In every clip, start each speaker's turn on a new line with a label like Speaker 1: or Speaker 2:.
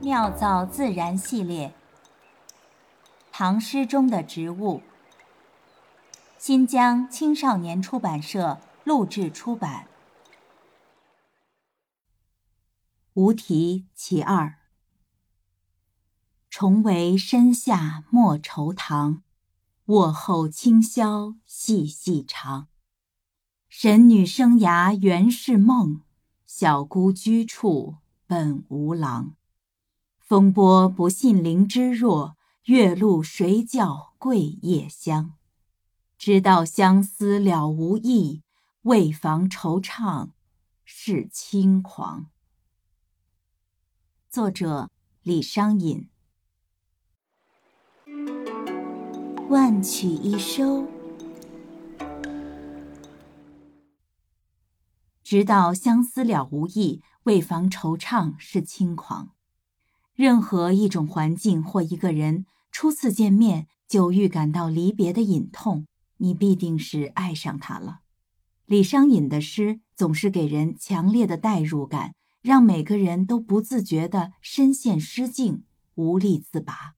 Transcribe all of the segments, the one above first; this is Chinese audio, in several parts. Speaker 1: 妙造自然》系列，唐诗中的植物，新疆青少年出版社录制出版。无题其二。重围身下莫愁堂，卧后清宵细细长。神女生涯原是梦，小姑居处本无郎。风波不信灵芝弱，月露谁教桂叶香？知道相思了无益，为防惆怅是轻狂。作者李商隐。万曲一收。直到相思了无益，为防惆怅是轻狂。任何一种环境或一个人，初次见面就预感到离别的隐痛，你必定是爱上他了。李商隐的诗总是给人强烈的代入感，让每个人都不自觉地深陷诗境，无力自拔。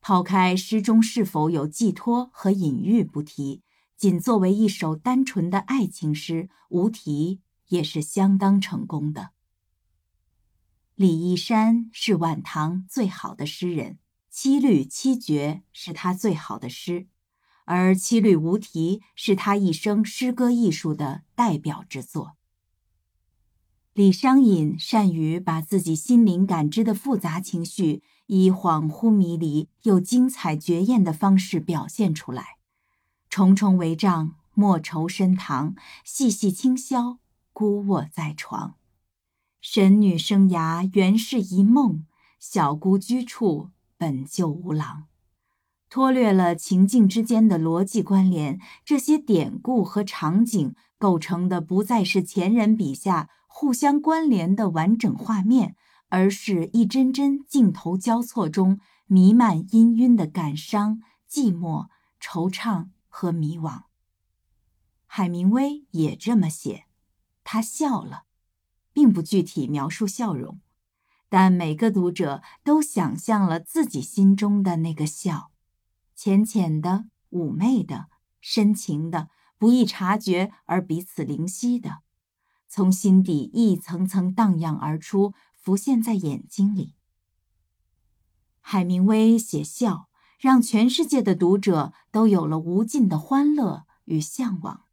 Speaker 1: 抛开诗中是否有寄托和隐喻不提，仅作为一首单纯的爱情诗，《无题》也是相当成功的。李义山是晚唐最好的诗人，七律七绝是他最好的诗，而七律无题是他一生诗歌艺术的代表之作。李商隐善于把自己心灵感知的复杂情绪，以恍惚迷离又精彩绝艳的方式表现出来。重重帷帐，莫愁深堂；细细清宵，孤卧在床。神女生涯原是一梦，小姑居处本就无郎。脱略了情境之间的逻辑关联，这些典故和场景构成的不再是前人笔下互相关联的完整画面，而是一帧帧镜头交错中弥漫氤氲的感伤、寂寞、惆怅和迷惘。海明威也这么写，他笑了，并不具体描述笑容，但每个读者都想象了自己心中的那个笑。浅浅的、妩媚的、深情的、不易察觉而彼此灵犀的，从心底一层层荡漾而出，浮现在眼睛里。海明威写笑，让全世界的读者都有了无尽的欢乐与向往；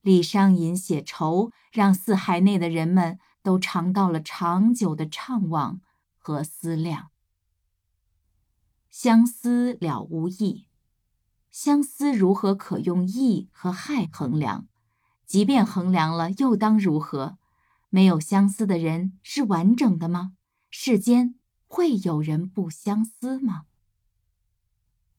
Speaker 1: 李商隐写愁，让四海内的人们都尝到了长久的怅惘和思量。相思了无益，相思如何可用益和害衡量？即便衡量了，又当如何？没有相思的人是完整的吗？世间会有人不相思吗？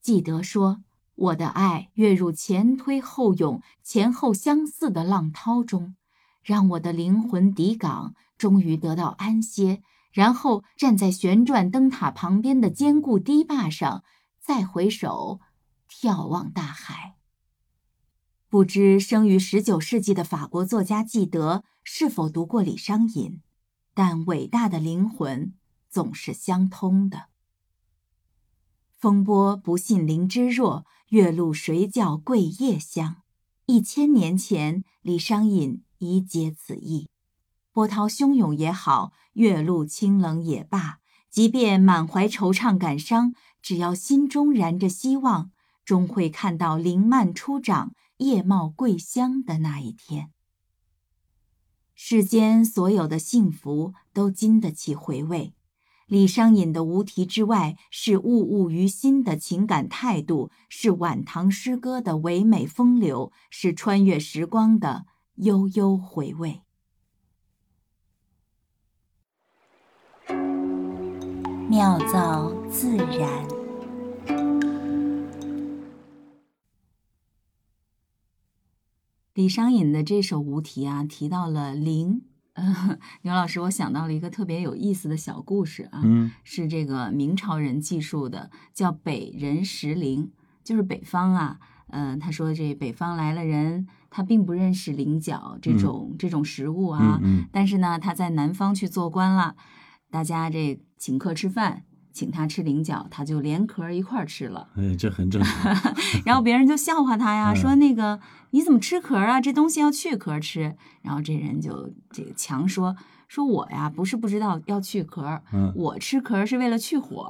Speaker 1: 记得说，我的爱跃入前推后涌、前后相似的浪涛中，让我的灵魂抵港，终于得到安歇。然后站在旋转灯塔旁边的坚固堤坝上，再回首眺望大海。不知生于19世纪的法国作家纪德是否读过李商隐，但伟大的灵魂总是相通的。风波不信灵芝弱，月露谁教桂叶香？一千年前，李商隐已解此意。波涛汹涌也好，月露清冷也罢，即便满怀惆怅感伤，只要心中燃着希望，终会看到灵蔓初长、叶茂桂香的那一天。世间所有的幸福都经得起回味。李商隐的无题之外，是物物于心的情感态度，是晚唐诗歌的唯美风流，是穿越时光的悠悠回味。妙造自然。李商隐的这首《无题》啊，提到了灵。 呃，牛老师，我想到了一个特别有意思的小故事啊，
Speaker 2: 嗯
Speaker 1: 是这个明朝人记述的，叫“北人识灵”，就是北方啊。呃，他说这北方来了人，他并不认识菱角这种、这种食物啊，
Speaker 2: 嗯嗯
Speaker 1: 但是呢，他在南方去做官了。大家这请客吃饭，请他吃菱角，他就连壳儿一块儿吃 了。
Speaker 3: 哎，这很正常。
Speaker 1: 然后别人就笑话他呀，
Speaker 3: 嗯
Speaker 1: 说那个你怎么吃壳儿啊？这东西要去壳儿吃。然后这人就这个强说说我呀不是不知道要去壳儿，
Speaker 3: 嗯，
Speaker 1: 我吃壳儿是为了去火。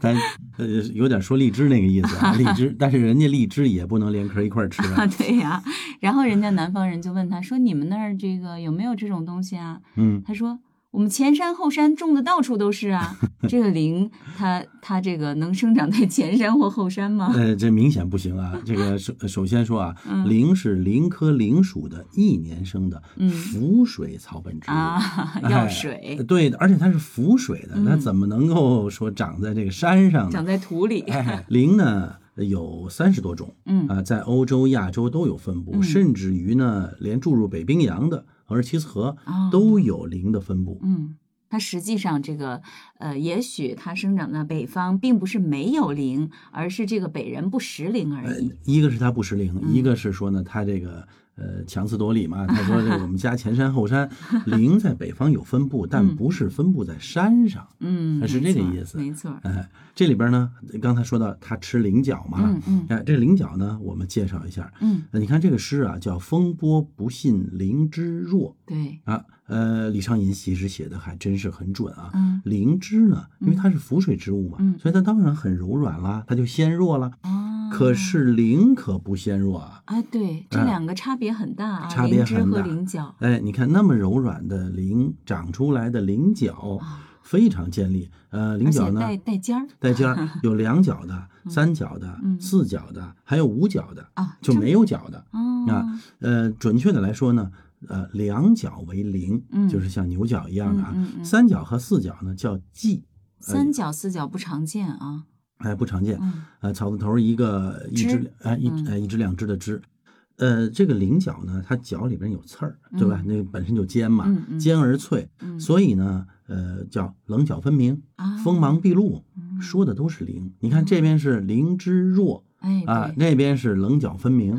Speaker 3: 但呃有点说荔枝那个意思啊，荔枝，但是人家荔枝也不能连壳一块儿吃
Speaker 1: 啊，
Speaker 3: 啊。
Speaker 1: 对呀、然后人家南方人就问他说你们那儿这个有没有这种东西啊？
Speaker 3: 嗯，
Speaker 1: 他说我们前山后山种的到处都是 啊，这个菱它它这个能生长在前山或后山吗？
Speaker 3: 呃，这明显不行啊。这个首首先说啊，
Speaker 1: 嗯
Speaker 3: 菱是菱科菱属的一年生的
Speaker 1: 嗯
Speaker 3: 浮水草本植物。
Speaker 1: 啊，
Speaker 3: 哎
Speaker 1: 要水。
Speaker 3: 对的，而且它是浮水的，
Speaker 1: 嗯
Speaker 3: 它怎么能够说长在这个山上
Speaker 1: 长
Speaker 3: 呢？
Speaker 1: 在土里，
Speaker 3: 哎，菱呢有三十多种，
Speaker 1: 嗯
Speaker 3: 啊、在欧洲、亚洲都有分布，
Speaker 1: 嗯
Speaker 3: 甚至于呢，连注入北冰洋的额尔齐斯河
Speaker 1: 哦
Speaker 3: 都有菱的分布。
Speaker 1: 嗯，它实际上这个呃，也许它生长在北方，并不是没有灵，而是这个北人不识灵而
Speaker 3: 呃
Speaker 1: 已。，
Speaker 3: 一个是它不识菱，
Speaker 1: 嗯
Speaker 3: 一个是说呢，它这个呃强词夺理嘛。他说这我们家前山 后山，菱在北方有分布，但
Speaker 1: 嗯
Speaker 3: 不是分布在山上。
Speaker 1: 嗯，
Speaker 3: 是
Speaker 1: 没
Speaker 3: 这个
Speaker 1: 错
Speaker 3: 意思
Speaker 1: 没错。
Speaker 3: 哎，这里边呢，刚才说到他吃菱角嘛，
Speaker 1: 嗯嗯
Speaker 3: 哎，这菱角呢，我们介绍一下。
Speaker 1: 嗯，
Speaker 3: 呃你看这个诗啊，叫“风波不信菱之弱
Speaker 1: 对”，
Speaker 3: 啊，呃，李商隐其实写的还真是很准啊。
Speaker 1: 嗯
Speaker 3: 灵芝呢，因为
Speaker 1: 嗯
Speaker 3: 它是浮水植物嘛，
Speaker 1: 嗯
Speaker 3: 所以它当然很柔软啦，它就纤弱啦。
Speaker 1: 啊，
Speaker 3: 可是菱可不纤弱啊！
Speaker 1: 啊，对，这
Speaker 3: 哎
Speaker 1: 两个差别很大啊，
Speaker 3: 差别
Speaker 1: 灵芝
Speaker 3: 很
Speaker 1: 和
Speaker 3: 大
Speaker 1: 菱角
Speaker 3: 哎，你看那么柔软的菱长出来的菱角，
Speaker 1: 啊，
Speaker 3: 非常尖利。呃，菱
Speaker 1: 而且
Speaker 3: 角呢
Speaker 1: 带带尖儿
Speaker 3: 带 尖儿，有两角的、三角的、
Speaker 1: 嗯
Speaker 3: 四角的，还有五角的，
Speaker 1: 啊，
Speaker 3: 就
Speaker 1: 这
Speaker 3: 没有角的。
Speaker 1: 么
Speaker 3: 啊
Speaker 1: 哦，
Speaker 3: 呃，准确的来说呢，呃，两角为菱，
Speaker 1: 嗯
Speaker 3: 就是像牛角一样的啊。
Speaker 1: 嗯嗯嗯
Speaker 3: 三角和四角呢叫荠，
Speaker 1: 三角四角不常见啊，
Speaker 3: 哎，不常见。
Speaker 1: 嗯
Speaker 3: 呃，草字头一个一
Speaker 1: 枝
Speaker 3: 只啊一
Speaker 1: 嗯
Speaker 3: 呃一只两只的只，呃，这个菱角呢，它角里边有刺儿，对吧？那个本身就尖嘛，
Speaker 1: 嗯嗯
Speaker 3: 尖而脆，
Speaker 1: 嗯，
Speaker 3: 所以呢，呃，叫棱角分明，
Speaker 1: 啊
Speaker 3: 锋芒毕露，
Speaker 1: 嗯
Speaker 3: 说的都是菱。你看这边是菱之弱
Speaker 1: 哎
Speaker 3: 啊、
Speaker 1: 对
Speaker 3: 那边是棱角 分明，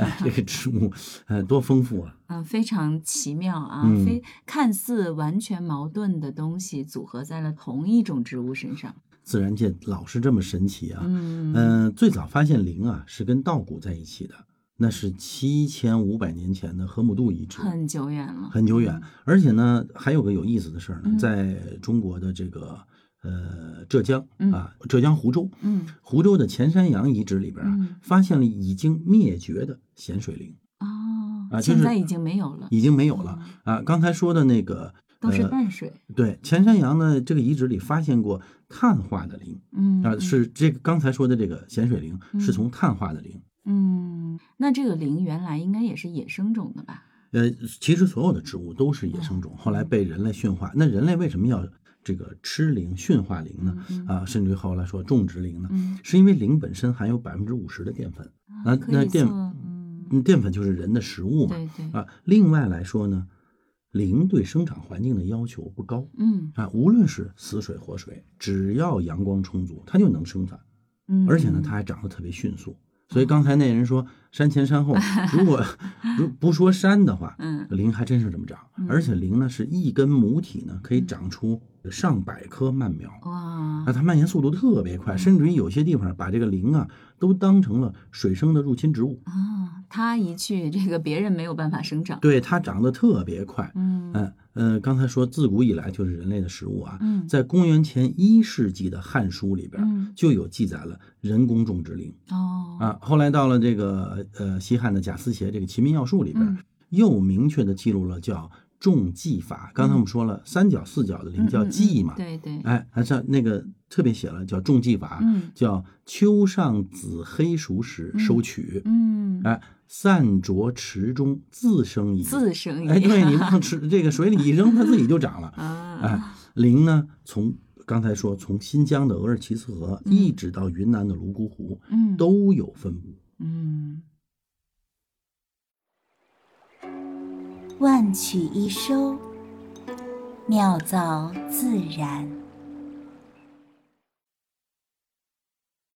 Speaker 3: 哎，这个植物，呃，多丰富啊！
Speaker 1: 嗯，非常奇妙啊，
Speaker 3: 嗯
Speaker 1: 非看似完全矛盾的东西组合在了同一种植物身上。
Speaker 3: 自然界老是这么神奇啊。
Speaker 1: 嗯
Speaker 3: 嗯、最早发现菱啊是跟稻谷在一起的，那是七千五百年前的河姆渡遗址，
Speaker 1: 很久远了，
Speaker 3: 很久远。而且呢，还有个有意思的事儿呢，
Speaker 1: 嗯
Speaker 3: 在中国的这个呃浙江
Speaker 1: 嗯
Speaker 3: 啊，浙江湖州，
Speaker 1: 嗯
Speaker 3: 湖州的前山羊遗址里边啊，
Speaker 1: 嗯
Speaker 3: 发现了已经灭绝的咸水灵，
Speaker 1: 哦，
Speaker 3: 啊就是
Speaker 1: 现在已经没有了，
Speaker 3: 已经没有了
Speaker 1: 哦
Speaker 3: 啊。刚才说的那个
Speaker 1: 都是
Speaker 3: 呃
Speaker 1: 淡水。
Speaker 3: 对前山羊呢，这个遗址里发现过碳化的灵
Speaker 1: 嗯
Speaker 3: 啊，是这个刚才说的这个咸水灵
Speaker 1: 嗯
Speaker 3: 是从碳化的灵。
Speaker 1: 嗯，嗯那这个灵原来应该也是野生种的吧？
Speaker 3: 呃，其实所有的植物都是野生
Speaker 1: 哦
Speaker 3: 种，后来被人类驯化。那人类为什么要这个吃灵、驯化灵呢？
Speaker 1: 嗯
Speaker 3: 啊，甚至于后来说种植灵呢，
Speaker 1: 嗯，
Speaker 3: 是因为灵本身含有百分之五十的淀粉，那
Speaker 1: 啊可
Speaker 3: 那
Speaker 1: 以
Speaker 3: 淀
Speaker 1: 做嗯，
Speaker 3: 嗯，淀粉就是人的食物嘛。
Speaker 1: 对对，
Speaker 3: 啊，另外来说呢，灵对生长环境的要求不高
Speaker 1: 嗯
Speaker 3: 啊，无论是死水活水，只要阳光充足，它就能生长，
Speaker 1: 嗯，
Speaker 3: 而且呢，它还长得特别迅速。所以刚才那人说山前 山后，如果如不说山的话，
Speaker 1: 嗯
Speaker 3: 灵还真是这么长，而且灵呢是一根母体呢可以
Speaker 1: 嗯
Speaker 3: 长出上百棵蔓苗，
Speaker 1: 哇
Speaker 3: 那，它蔓延速度特别快，甚至于有些地方把这个灵啊都当成了水生的入侵植物，
Speaker 1: 啊，它一去，这个别人没有办法生长。
Speaker 3: 对它长得特别快。
Speaker 1: 嗯
Speaker 3: 嗯呃，刚才说自古以来就是人类的食物啊，
Speaker 1: 嗯
Speaker 3: 在公元前一世纪的《汉书》里边
Speaker 1: 嗯
Speaker 3: 就有记载了人工种植灵
Speaker 1: 哦
Speaker 3: 啊，后来到了这个呃西汉的贾思勰这个《齐民要术》里边
Speaker 1: 嗯
Speaker 3: 又明确的记录了叫种蓟法。刚才我们说了，三角四角的灵
Speaker 1: 嗯
Speaker 3: 叫
Speaker 1: 嗯嗯
Speaker 3: 蓟嘛，
Speaker 1: 对对，
Speaker 3: 哎，还像那个特别写了叫种蓟法，
Speaker 1: 嗯
Speaker 3: 叫秋上紫黑熟时收取，
Speaker 1: 嗯，
Speaker 3: 哎，散着池中自生矣。
Speaker 1: 自生
Speaker 3: 哎，
Speaker 1: 也
Speaker 3: 对你往池这个水里一扔，它自己就长了。
Speaker 1: 啊，
Speaker 3: 哎，灵呢，从刚才说从新疆的额尔齐斯河
Speaker 1: 嗯
Speaker 3: 一直到云南的泸沽湖，
Speaker 1: 嗯，
Speaker 3: 都有分布。
Speaker 1: 嗯
Speaker 4: 万曲一收，妙造自然。